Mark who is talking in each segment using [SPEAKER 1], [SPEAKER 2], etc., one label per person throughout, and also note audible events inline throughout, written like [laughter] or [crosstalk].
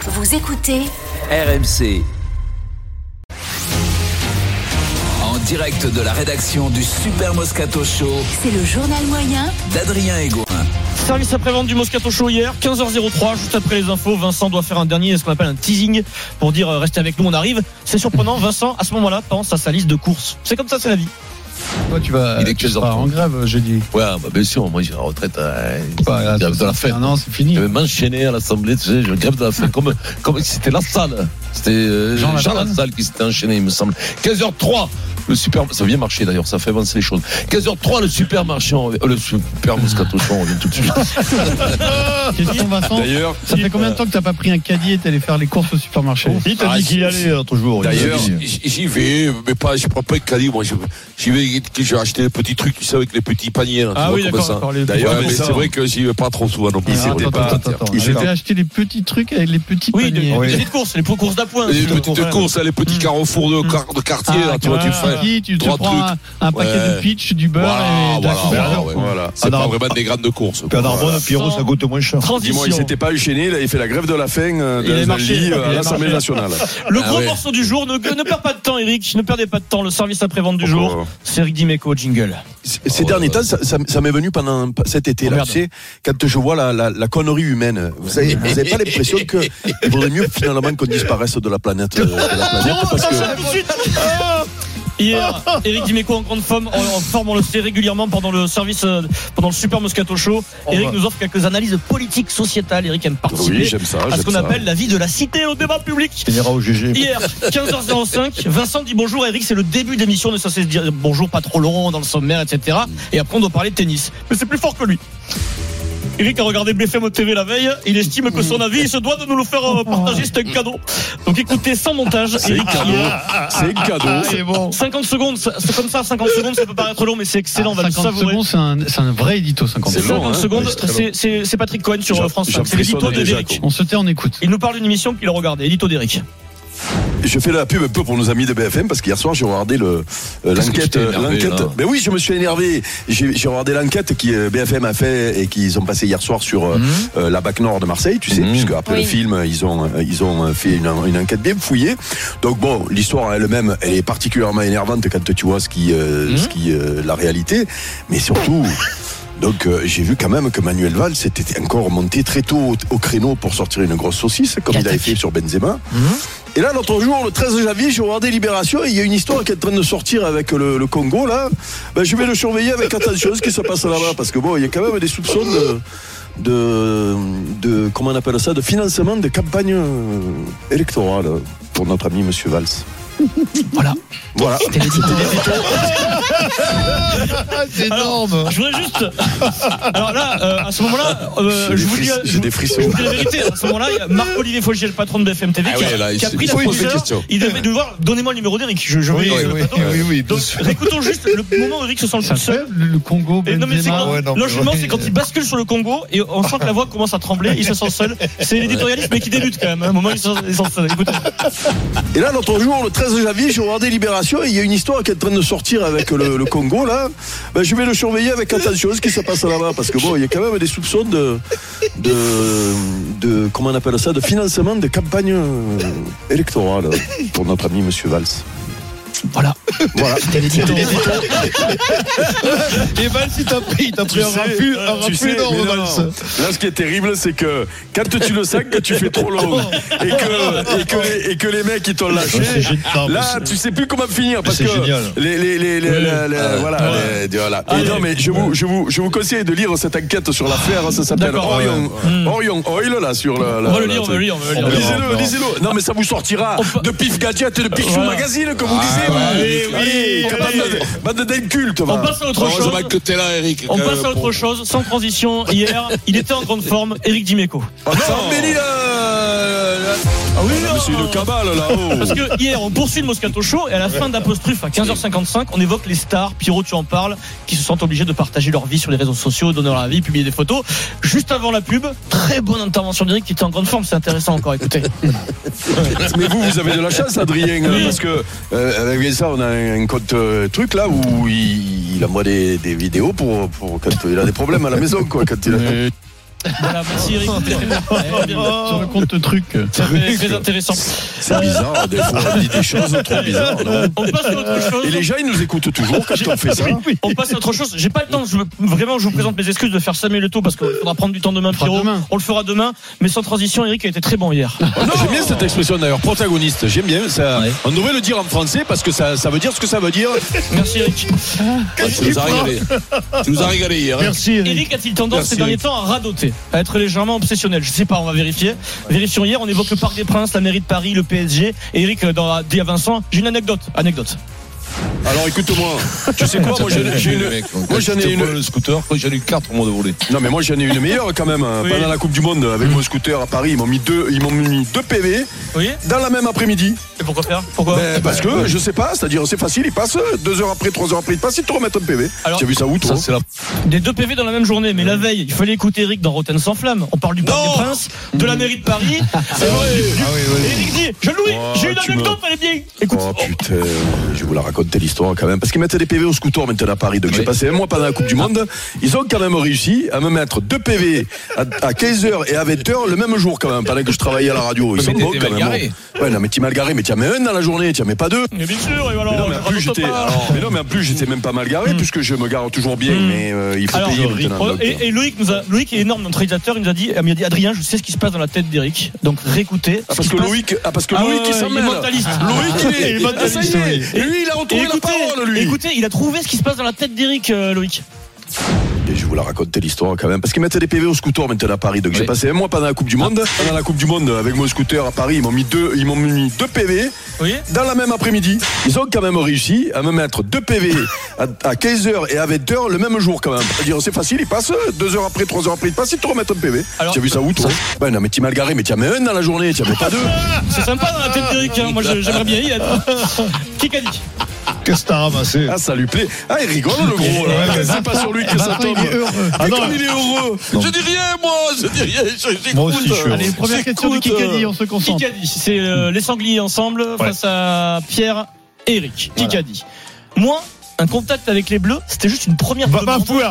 [SPEAKER 1] Vous écoutez
[SPEAKER 2] RMC. En direct de la rédaction du Super Moscato Show
[SPEAKER 1] C'est le journal moyen
[SPEAKER 2] d'Adrien Egoin.
[SPEAKER 3] Service après-vente du Moscato Show hier, 15h03, juste après les infos. Vincent doit faire un dernier, ce qu'on appelle un teasing, pour dire euh, restez avec nous, on arrive. C'est [laughs] surprenant, Vincent, à ce moment-là, pense à sa liste de courses. C'est comme ça, c'est la vie.
[SPEAKER 4] Toi, tu vas,
[SPEAKER 5] Il est
[SPEAKER 4] tu
[SPEAKER 5] 15
[SPEAKER 4] seras
[SPEAKER 5] ans.
[SPEAKER 4] en grève jeudi.
[SPEAKER 5] Ouais, bah bien sûr, moi j'ai la retraite. hein,
[SPEAKER 4] Pas,
[SPEAKER 5] grève de la faim.
[SPEAKER 4] Non, c'est fini.
[SPEAKER 5] Je vais m'enchaîner à l'Assemblée, tu sais, je grève de la faim, comme, comme si c'était la salle. C'était euh,
[SPEAKER 4] Jean
[SPEAKER 5] Jean,
[SPEAKER 4] Lassalle.
[SPEAKER 5] Lassalle qui s'était enchaîné, il me semble. 15h03, le super, ça a bien marché d'ailleurs, ça fait avancer les choses. 15h03, le supermarché, en- euh, le super Moscato Show, on revient tout de suite.
[SPEAKER 4] Question Vincent.
[SPEAKER 6] D'ailleurs,
[SPEAKER 4] Ça fait combien de temps que t'as pas pris un caddie et t'es allé faire les courses au supermarché
[SPEAKER 3] Il t'a
[SPEAKER 6] Ah,
[SPEAKER 3] dit
[SPEAKER 6] si-
[SPEAKER 3] qu'il y allait euh,
[SPEAKER 6] [laughs]
[SPEAKER 3] toujours.
[SPEAKER 6] d'ailleurs,
[SPEAKER 3] Il-
[SPEAKER 6] j- j'y vais, mais pas, je prends pas le caddie, moi, je- j'y vais, que j'ai acheté le petit truc, tu sais, avec les petits paniers, là, tu
[SPEAKER 3] Ah
[SPEAKER 6] vois,
[SPEAKER 3] oui,
[SPEAKER 6] comme
[SPEAKER 3] d'accord,
[SPEAKER 6] ça.
[SPEAKER 3] d'accord, les-
[SPEAKER 6] D'ailleurs,
[SPEAKER 3] Ouais,
[SPEAKER 6] mais
[SPEAKER 3] mais ça-
[SPEAKER 6] c'est vrai que j'y vais pas trop souvent non plus.
[SPEAKER 7] Ah,
[SPEAKER 4] Alors,
[SPEAKER 6] c'est
[SPEAKER 4] Ah, attends,
[SPEAKER 6] vrai.
[SPEAKER 4] attends, attends, attends.
[SPEAKER 6] Il
[SPEAKER 4] J'ai
[SPEAKER 6] s'était-
[SPEAKER 4] acheté les petits trucs avec les petits
[SPEAKER 3] Oui, de,
[SPEAKER 4] paniers.
[SPEAKER 3] les petites courses, les courses d'appoint.
[SPEAKER 6] Les
[SPEAKER 3] surtout.
[SPEAKER 6] petites courses, hein, les
[SPEAKER 7] Mm.
[SPEAKER 6] petits carrefours de, car- de quartier,
[SPEAKER 7] Ah,
[SPEAKER 3] euh,
[SPEAKER 6] là, tu vois, tu fais.
[SPEAKER 4] Caddie, tu te
[SPEAKER 6] Ah, trois
[SPEAKER 4] prends un,
[SPEAKER 6] trucs.
[SPEAKER 4] un paquet
[SPEAKER 6] Ouais.
[SPEAKER 4] de pitch, du beurre
[SPEAKER 6] Voilà,
[SPEAKER 4] et de la
[SPEAKER 6] voilà, voilà,
[SPEAKER 4] conserve.
[SPEAKER 6] ouais. C'est pas vraiment des grandes courses. quoi. Voilà.
[SPEAKER 3] Pierrot, ça
[SPEAKER 4] coûte
[SPEAKER 6] [laughs]
[SPEAKER 4] moins cher.
[SPEAKER 3] Transition.
[SPEAKER 8] Dis-moi, il s'était pas gêné, là, il fait la grève de la faim euh,
[SPEAKER 3] Il
[SPEAKER 8] dans
[SPEAKER 3] est
[SPEAKER 8] un
[SPEAKER 3] marché,
[SPEAKER 8] lit, euh, à
[SPEAKER 3] il est
[SPEAKER 8] l'Assemblée
[SPEAKER 3] marché.
[SPEAKER 8] nationale.
[SPEAKER 3] Le
[SPEAKER 5] Ah
[SPEAKER 3] gros
[SPEAKER 5] ouais.
[SPEAKER 3] morceau du jour, ne, ne perds pas de temps, Eric. Ne perdez pas de temps. Le service après-vente du jour, c'est Eric Dimeco, jingle.
[SPEAKER 7] C- Ces derniers temps, ça, ça- ça m'est venu pendant cet été.
[SPEAKER 3] Oh,
[SPEAKER 7] là,
[SPEAKER 3] merde.
[SPEAKER 7] tu sais, quand je vois la, la- la connerie humaine, vous avez, vous avez pas l'impression que il vaudrait mieux finalement qu'on disparaisse de la planète, euh, de la
[SPEAKER 6] [laughs]
[SPEAKER 7] planète
[SPEAKER 3] Jérôme,
[SPEAKER 7] parce que
[SPEAKER 3] t'enchaînes tout de suite. Ah [laughs] Hier, Eric Dimeco en grande forme, en, en forme, on le fait régulièrement pendant le service, euh, pendant le Super Moscato Show. Eric nous offre quelques analyses politiques, sociétales. Eric aime participer
[SPEAKER 8] Oui, j'aime ça.
[SPEAKER 3] à ce
[SPEAKER 8] Ah, j'aime
[SPEAKER 3] qu'on
[SPEAKER 8] ça.
[SPEAKER 3] appelle la vie de la cité au débat public.
[SPEAKER 4] Il ira au GG.
[SPEAKER 3] Hier, 15h05, Vincent dit bonjour à Eric, c'est le début d'émission, ne cessez de dire bonjour, pas trop long, dans le sommaire, etc. Et après, on doit parler de tennis. Mais c'est plus fort que lui. Eric a regardé BFM TV la veille, il estime que son avis, il se doit de nous le faire euh, partager, c'est un cadeau. Donc écoutez, sans montage, Eric hier,
[SPEAKER 8] C'est cadeau.
[SPEAKER 4] C'est bon.
[SPEAKER 3] 50 secondes, ça- c'est comme ça, 50 secondes, ça peut paraître long, mais c'est excellent, on va le
[SPEAKER 4] 50
[SPEAKER 3] savourer.
[SPEAKER 4] Ah, secondes, c'est un, c'est un vrai édito 50
[SPEAKER 8] C'est long,
[SPEAKER 3] 50
[SPEAKER 8] hein,
[SPEAKER 3] secondes,
[SPEAKER 8] ouais, c'est très long.
[SPEAKER 3] c'est- c'est c'est Patrick Cohen sur
[SPEAKER 8] Jean-
[SPEAKER 3] euh, France
[SPEAKER 8] Jean
[SPEAKER 3] 5, c'est l'édito
[SPEAKER 8] frissonne
[SPEAKER 3] de
[SPEAKER 8] déjà,
[SPEAKER 3] Eric.
[SPEAKER 8] quoi.
[SPEAKER 4] On se tait, on écoute.
[SPEAKER 3] Il nous parle d'une émission qu'il a regardée, édito d'Eric.
[SPEAKER 7] je fais la pub un peu pour nos amis de BFM parce qu'hier soir j'ai regardé le euh,
[SPEAKER 5] Qu'est-ce que tu
[SPEAKER 7] l'enquête.
[SPEAKER 5] t'es énervé,
[SPEAKER 7] l'enquête.
[SPEAKER 5] là
[SPEAKER 7] Mais oui, je me suis énervé. J'ai j'ai regardé l'enquête qui euh, BFM a fait et qu'ils ont passé hier soir sur euh, euh, la BAC Nord de Marseille, tu sais,
[SPEAKER 5] Mhm.
[SPEAKER 7] puisque après
[SPEAKER 1] Oui.
[SPEAKER 7] le film, euh, ils ont, euh, ils ont euh, fait une, une enquête bien fouillée. Donc bon, l'histoire elle-même, elle est particulièrement énervante quand tu vois ce qui, euh, ce qui, euh, la réalité. Mais surtout. Donc euh, j'ai vu quand même que Manuel Valls était encore monté très tôt au, au créneau pour sortir une grosse saucisse, comme il avait fait sur Benzema. Et là, l'autre jour, le 13 janvier, j'ai regardé Libération et il y a une histoire qui est en train de sortir avec le, le Congo, là. Ben, je vais le surveiller avec attention ce qui se passe là-bas, parce que bon, il y a quand même des soupçons de, de, de- comment on appelle ça, de financement de campagne euh, électorale pour notre ami Monsieur Valls.
[SPEAKER 4] Voilà.
[SPEAKER 7] Voilà.
[SPEAKER 4] C'est
[SPEAKER 3] Alors, Ah, Je voudrais juste. Alors là, euh, à ce moment-là, euh,
[SPEAKER 7] J'ai
[SPEAKER 3] je
[SPEAKER 7] des
[SPEAKER 3] vous dis.
[SPEAKER 7] friss-
[SPEAKER 3] je
[SPEAKER 7] j'ai
[SPEAKER 3] vous-
[SPEAKER 7] des frissons.
[SPEAKER 3] Je vous dis la vérité. À ce moment-là, il y a Marc-Olivier Fogiel, le patron de BFM TV,
[SPEAKER 5] Ah
[SPEAKER 3] qui, a-
[SPEAKER 5] ouais, là, il
[SPEAKER 3] qui a
[SPEAKER 5] se-
[SPEAKER 3] pris
[SPEAKER 5] il
[SPEAKER 3] la
[SPEAKER 5] se pose des
[SPEAKER 3] poussière.
[SPEAKER 5] questions.
[SPEAKER 3] Il devait devoir. Donnez-moi le numéro d'Eric. Je, je vais sur le plateau.
[SPEAKER 4] oui.
[SPEAKER 3] Donc, écoutons juste le moment où Eric se sent le
[SPEAKER 4] Ça
[SPEAKER 3] plus
[SPEAKER 4] fait
[SPEAKER 3] seul.
[SPEAKER 4] le Congo,
[SPEAKER 3] Et non, mais c'est
[SPEAKER 4] Benzema.
[SPEAKER 3] quand, l'enchaînement, c'est quand il bascule sur le Congo et on sent que la voix commence à trembler, il se sent seul. C'est l'éditorialiste, mais qui débute quand même. hein. À un moment, il se sent, il se sent seul. Écoutez.
[SPEAKER 7] Et là, l'autre jour, le 13 janvier, j'ai regardé Libération et il y a une histoire qui est en train de sortir avec le, le Congo, là. Ben, je vais le surveiller avec attention ce qui se passe là-bas, parce que bon, il y a quand même des soupçons de, de, de- comment on appelle ça, de financement de campagne euh, électorale pour notre ami Monsieur Valls.
[SPEAKER 4] Voilà. [laughs]
[SPEAKER 7] Voilà.
[SPEAKER 4] Et Valls, il t'a pris, il t'a pris un raffut, un
[SPEAKER 8] tu
[SPEAKER 4] raffut
[SPEAKER 8] sais,
[SPEAKER 4] énorme,
[SPEAKER 8] mais non,
[SPEAKER 4] Valls.
[SPEAKER 8] non. Là, ce qui est terrible, c'est que quand tu le sacs, que tu fais trop long et que, et que, les, et que les mecs, ils t'ont lâché.
[SPEAKER 4] C'est gé- non,
[SPEAKER 3] Ah, bah,
[SPEAKER 4] mais
[SPEAKER 8] Là, tu sais plus comment finir parce
[SPEAKER 4] c'est
[SPEAKER 8] que
[SPEAKER 4] génial.
[SPEAKER 8] les les les, les- la- la- voilà, les- du- voilà. Et
[SPEAKER 3] Allez.
[SPEAKER 8] non mais je vous je vous je vous conseille de lire cette enquête sur l'affaire ça s'appelle
[SPEAKER 3] D'accord, ouais, Hmm.
[SPEAKER 8] Orion Orion Oil là sur le
[SPEAKER 3] On va le lire, on va le lire, on va le lire.
[SPEAKER 8] Lisez-le, lisez-le. Non, mais ça vous sortira de Pif Gadget et de Pichou
[SPEAKER 3] Voilà.
[SPEAKER 8] Magazine, comme vous
[SPEAKER 3] Ah,
[SPEAKER 8] disiez.
[SPEAKER 3] oui, oui,
[SPEAKER 8] Allez,
[SPEAKER 3] oui.
[SPEAKER 8] bande de- Bande de dingues cultes,
[SPEAKER 3] On
[SPEAKER 8] va.
[SPEAKER 3] passe à autre chose.
[SPEAKER 5] Heureusement que t'es là, Eric.
[SPEAKER 6] Oh,
[SPEAKER 7] Euh,
[SPEAKER 3] On passe à autre chose, sans transition. Hier, il était en grande forme, Eric Dimeco.
[SPEAKER 8] Oh, ça embellit la-
[SPEAKER 3] Ah oui,
[SPEAKER 8] Mais C'est une cabale, là-haut.
[SPEAKER 3] Parce que hier, on poursuit le Moscato Show et à la fin d'Apostruf, à 15h55, on évoque les stars, Pierrot, tu en parles, qui se sentent obligés de partager leur vie sur les réseaux sociaux, donner leur avis, publier des photos. Juste avant la pub, très bonne intervention d'Eric qui était en grande forme, c'est intéressant encore,
[SPEAKER 7] [laughs]
[SPEAKER 3] écoutez.
[SPEAKER 7] Mais vous, vous avez de la chance, Adrien,
[SPEAKER 3] Oui.
[SPEAKER 7] parce que euh, avec ça, on a un, un compte euh, truc là où il, il envoie des, des vidéos pour, pour quand il a des problèmes à la maison, quoi. Quand il a-
[SPEAKER 3] Voilà, merci
[SPEAKER 7] [laughs]
[SPEAKER 3] Eric.
[SPEAKER 4] Sur
[SPEAKER 7] Oh.
[SPEAKER 4] le compte truc.
[SPEAKER 3] Ça fait très intéressant.
[SPEAKER 7] C'est bizarre, des fois on dit des choses trop bizarres. non
[SPEAKER 3] On passe à autre chose.
[SPEAKER 7] Et les gens, ils nous écoutent toujours quand on fait ça.
[SPEAKER 3] On passe à autre chose. J'ai pas le temps. Je veux- vraiment, je vous présente mes excuses de faire Samuel Le Tour parce qu'il faudra prendre du temps demain,
[SPEAKER 4] fera
[SPEAKER 3] Pierrot.
[SPEAKER 4] demain.
[SPEAKER 3] On le fera demain. Mais sans transition, Eric a été très bon hier.
[SPEAKER 7] Ah
[SPEAKER 5] J'aime bien cette expression d'ailleurs, protagoniste. J'aime bien. Ça, On devrait le dire en français parce que ça, ça veut dire ce que ça veut dire.
[SPEAKER 3] Merci Eric.
[SPEAKER 5] tu nous as régalé. Tu nous as régalé hier. hein.
[SPEAKER 4] Merci. Eric.
[SPEAKER 3] Eric a-t-il tendance
[SPEAKER 5] Merci,
[SPEAKER 3] ces derniers
[SPEAKER 5] Eric.
[SPEAKER 3] temps à radoter, à être légèrement obsessionnel Je sais pas, on va vérifier. Vérifions hier, on évoque le Parc des Princes, la mairie de Paris, le PSG. Et Eric, euh, dans, dit à Vincent, j'ai une anecdote. Anecdote.
[SPEAKER 5] Alors écoute-moi. Tu sais quoi Moi j'en ai- j'ai une. Moi j'en ai une. scooter, j'en ai une carte au moins de voler.
[SPEAKER 7] Non, mais moi j'en ai une meilleure quand même. hein.
[SPEAKER 3] Oui.
[SPEAKER 7] Pendant la Coupe du Monde, avec mon scooter à Paris, ils m'ont mis deux, ils m'ont mis deux PV
[SPEAKER 3] Oui
[SPEAKER 7] dans la même après-midi.
[SPEAKER 3] Et pourquoi faire Pourquoi
[SPEAKER 7] Ben, parce que je sais pas, c'est-à-dire c'est facile, ils passent deux heures après, trois heures après, ils passent, ils te remettent un PV.
[SPEAKER 3] Alors-
[SPEAKER 7] T'as vu ça où toi
[SPEAKER 5] Ça c'est la.
[SPEAKER 3] Des deux PV dans la même journée, mais la veille, il fallait écouter Eric dans Rotten sans flamme. On parle du Parc des Princes, de la mairie de
[SPEAKER 7] [laughs]
[SPEAKER 3] Paris.
[SPEAKER 7] Ah
[SPEAKER 3] C'est vrai. Eric dit Jean-Louis,
[SPEAKER 7] Oh,
[SPEAKER 3] j'ai une
[SPEAKER 7] tu
[SPEAKER 3] anecdote, elle est bien. Écoute,
[SPEAKER 7] Oh putain, je vais vous la raconter l'histoire quand même. Parce qu'ils mettaient des PV au scooter maintenant à Paris. Donc j'ai passé un mois pendant la Coupe du Monde.
[SPEAKER 5] Ah.
[SPEAKER 7] Ils ont quand même réussi à me mettre deux PV à, 15h et à 20h le même jour quand même, pendant que je travaillais à la radio. Ils
[SPEAKER 5] Mais
[SPEAKER 7] sont
[SPEAKER 5] t'étais
[SPEAKER 7] bons quand
[SPEAKER 5] mal
[SPEAKER 7] même.
[SPEAKER 5] garé.
[SPEAKER 7] hein. Ouais, non, mais t'es mal garé, mais t'y en mets un dans la journée, t'y en mets pas deux.
[SPEAKER 3] mais bien sûr, et voilà,
[SPEAKER 7] Mais non, mais en
[SPEAKER 3] je
[SPEAKER 7] plus,
[SPEAKER 3] raconte
[SPEAKER 7] j'étais,
[SPEAKER 3] pas.
[SPEAKER 7] alors, mais non, mais en plus, j'étais même pas mal garé, puisque je me gare toujours bien, mais euh, il faut
[SPEAKER 3] Hmm. Alors,
[SPEAKER 7] payer
[SPEAKER 3] Eric, oh,
[SPEAKER 7] maintenant. hein. donc,
[SPEAKER 3] et, et Loïc, nous a, Loïc est énorme, notre réalisateur, il nous a dit, il m'a dit Adrien, je sais ce qui se passe dans la tête d'Eric, donc réécoutez.
[SPEAKER 7] Ah,
[SPEAKER 3] ce
[SPEAKER 7] parce
[SPEAKER 3] qui
[SPEAKER 7] que
[SPEAKER 3] se passe.
[SPEAKER 7] Loïc, ah, parce que
[SPEAKER 3] Ah
[SPEAKER 7] Loïc,
[SPEAKER 3] ouais,
[SPEAKER 7] il s'en
[SPEAKER 3] il est
[SPEAKER 7] mêle.
[SPEAKER 3] mentaliste.
[SPEAKER 7] Loïc, il est,
[SPEAKER 3] Il est
[SPEAKER 7] ah, ça y est.
[SPEAKER 3] mentaliste, oui.
[SPEAKER 7] Lui, il a
[SPEAKER 3] Et
[SPEAKER 7] retrouvé
[SPEAKER 3] écoutez,
[SPEAKER 7] la parole, lui.
[SPEAKER 3] écoutez, il a trouvé ce qui se passe dans la tête d'Eric, euh, Loïc.
[SPEAKER 7] Et je vous la raconte l'histoire quand même. Parce qu'ils mettaient des PV au scooter maintenant à Paris. Donc j'ai passé un mois pendant la Coupe du Monde. Pendant la Coupe du Monde, avec mon scooter à Paris, ils m'ont mis deux, ils m'ont mis deux PV
[SPEAKER 3] Oui.
[SPEAKER 7] dans la même après-midi. Ils ont quand même réussi à me mettre deux PV à, 15h et à 20h le même jour quand même. C'est-à-dire, c'est facile, ils passent deux heures après, trois heures après, ils passent, ils te remettent un PV.
[SPEAKER 3] Alors-
[SPEAKER 7] tu as vu ça où, toi Ben non, mais t'es mal garé, mais t'y en mets un dans la journée, t'y en mets pas deux.
[SPEAKER 3] C'est sympa dans la tête d'Eric, hein. moi je- j'aimerais bien y
[SPEAKER 7] [laughs]
[SPEAKER 3] être. Qui qu'a dit
[SPEAKER 4] Qu'est-ce que t'as ramassé
[SPEAKER 7] Ah, ça lui plaît. Ah, il rigole, le gros, là. C'est pas sur lui que ça tombe.
[SPEAKER 4] il est heureux.
[SPEAKER 7] Ah, comme il est heureux.
[SPEAKER 6] Je dis rien, moi Je dis rien, je- j'écoute
[SPEAKER 4] Moi aussi, je suis
[SPEAKER 6] Allez,
[SPEAKER 4] Allez, première question de
[SPEAKER 6] J'écoute,
[SPEAKER 4] Kikadi, on se
[SPEAKER 3] Qui
[SPEAKER 4] concentre.
[SPEAKER 3] qu'a dit C'est euh, les sangliers ensemble face à Pierre et Eric. Qui qu'a dit Moi, un contact avec les bleus, c'était juste une première demande.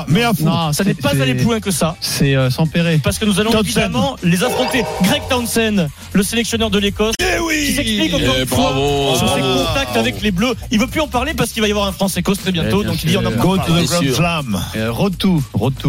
[SPEAKER 4] mais à Bah, fou. Non,
[SPEAKER 3] Ça n'est pas
[SPEAKER 4] c'est-
[SPEAKER 3] allé plus loin que ça.
[SPEAKER 4] C'est euh, sans péré.
[SPEAKER 3] Parce que nous allons
[SPEAKER 4] Townsend.
[SPEAKER 3] évidemment les affronter. Greg Townsend, le sélectionneur de l'Écosse, qui s'explique encore
[SPEAKER 5] Eh,
[SPEAKER 3] une fois
[SPEAKER 4] Oh.
[SPEAKER 5] bravo.
[SPEAKER 3] sur ses
[SPEAKER 5] Bravo.
[SPEAKER 3] contacts avec les Bleus. Il veut plus en parler parce qu'il va y avoir un France-Écosse très bientôt.
[SPEAKER 4] Eh bien
[SPEAKER 3] donc il dit on en
[SPEAKER 4] sûr.
[SPEAKER 3] parle.
[SPEAKER 5] Bien sûr.
[SPEAKER 4] Euh, road to, road to.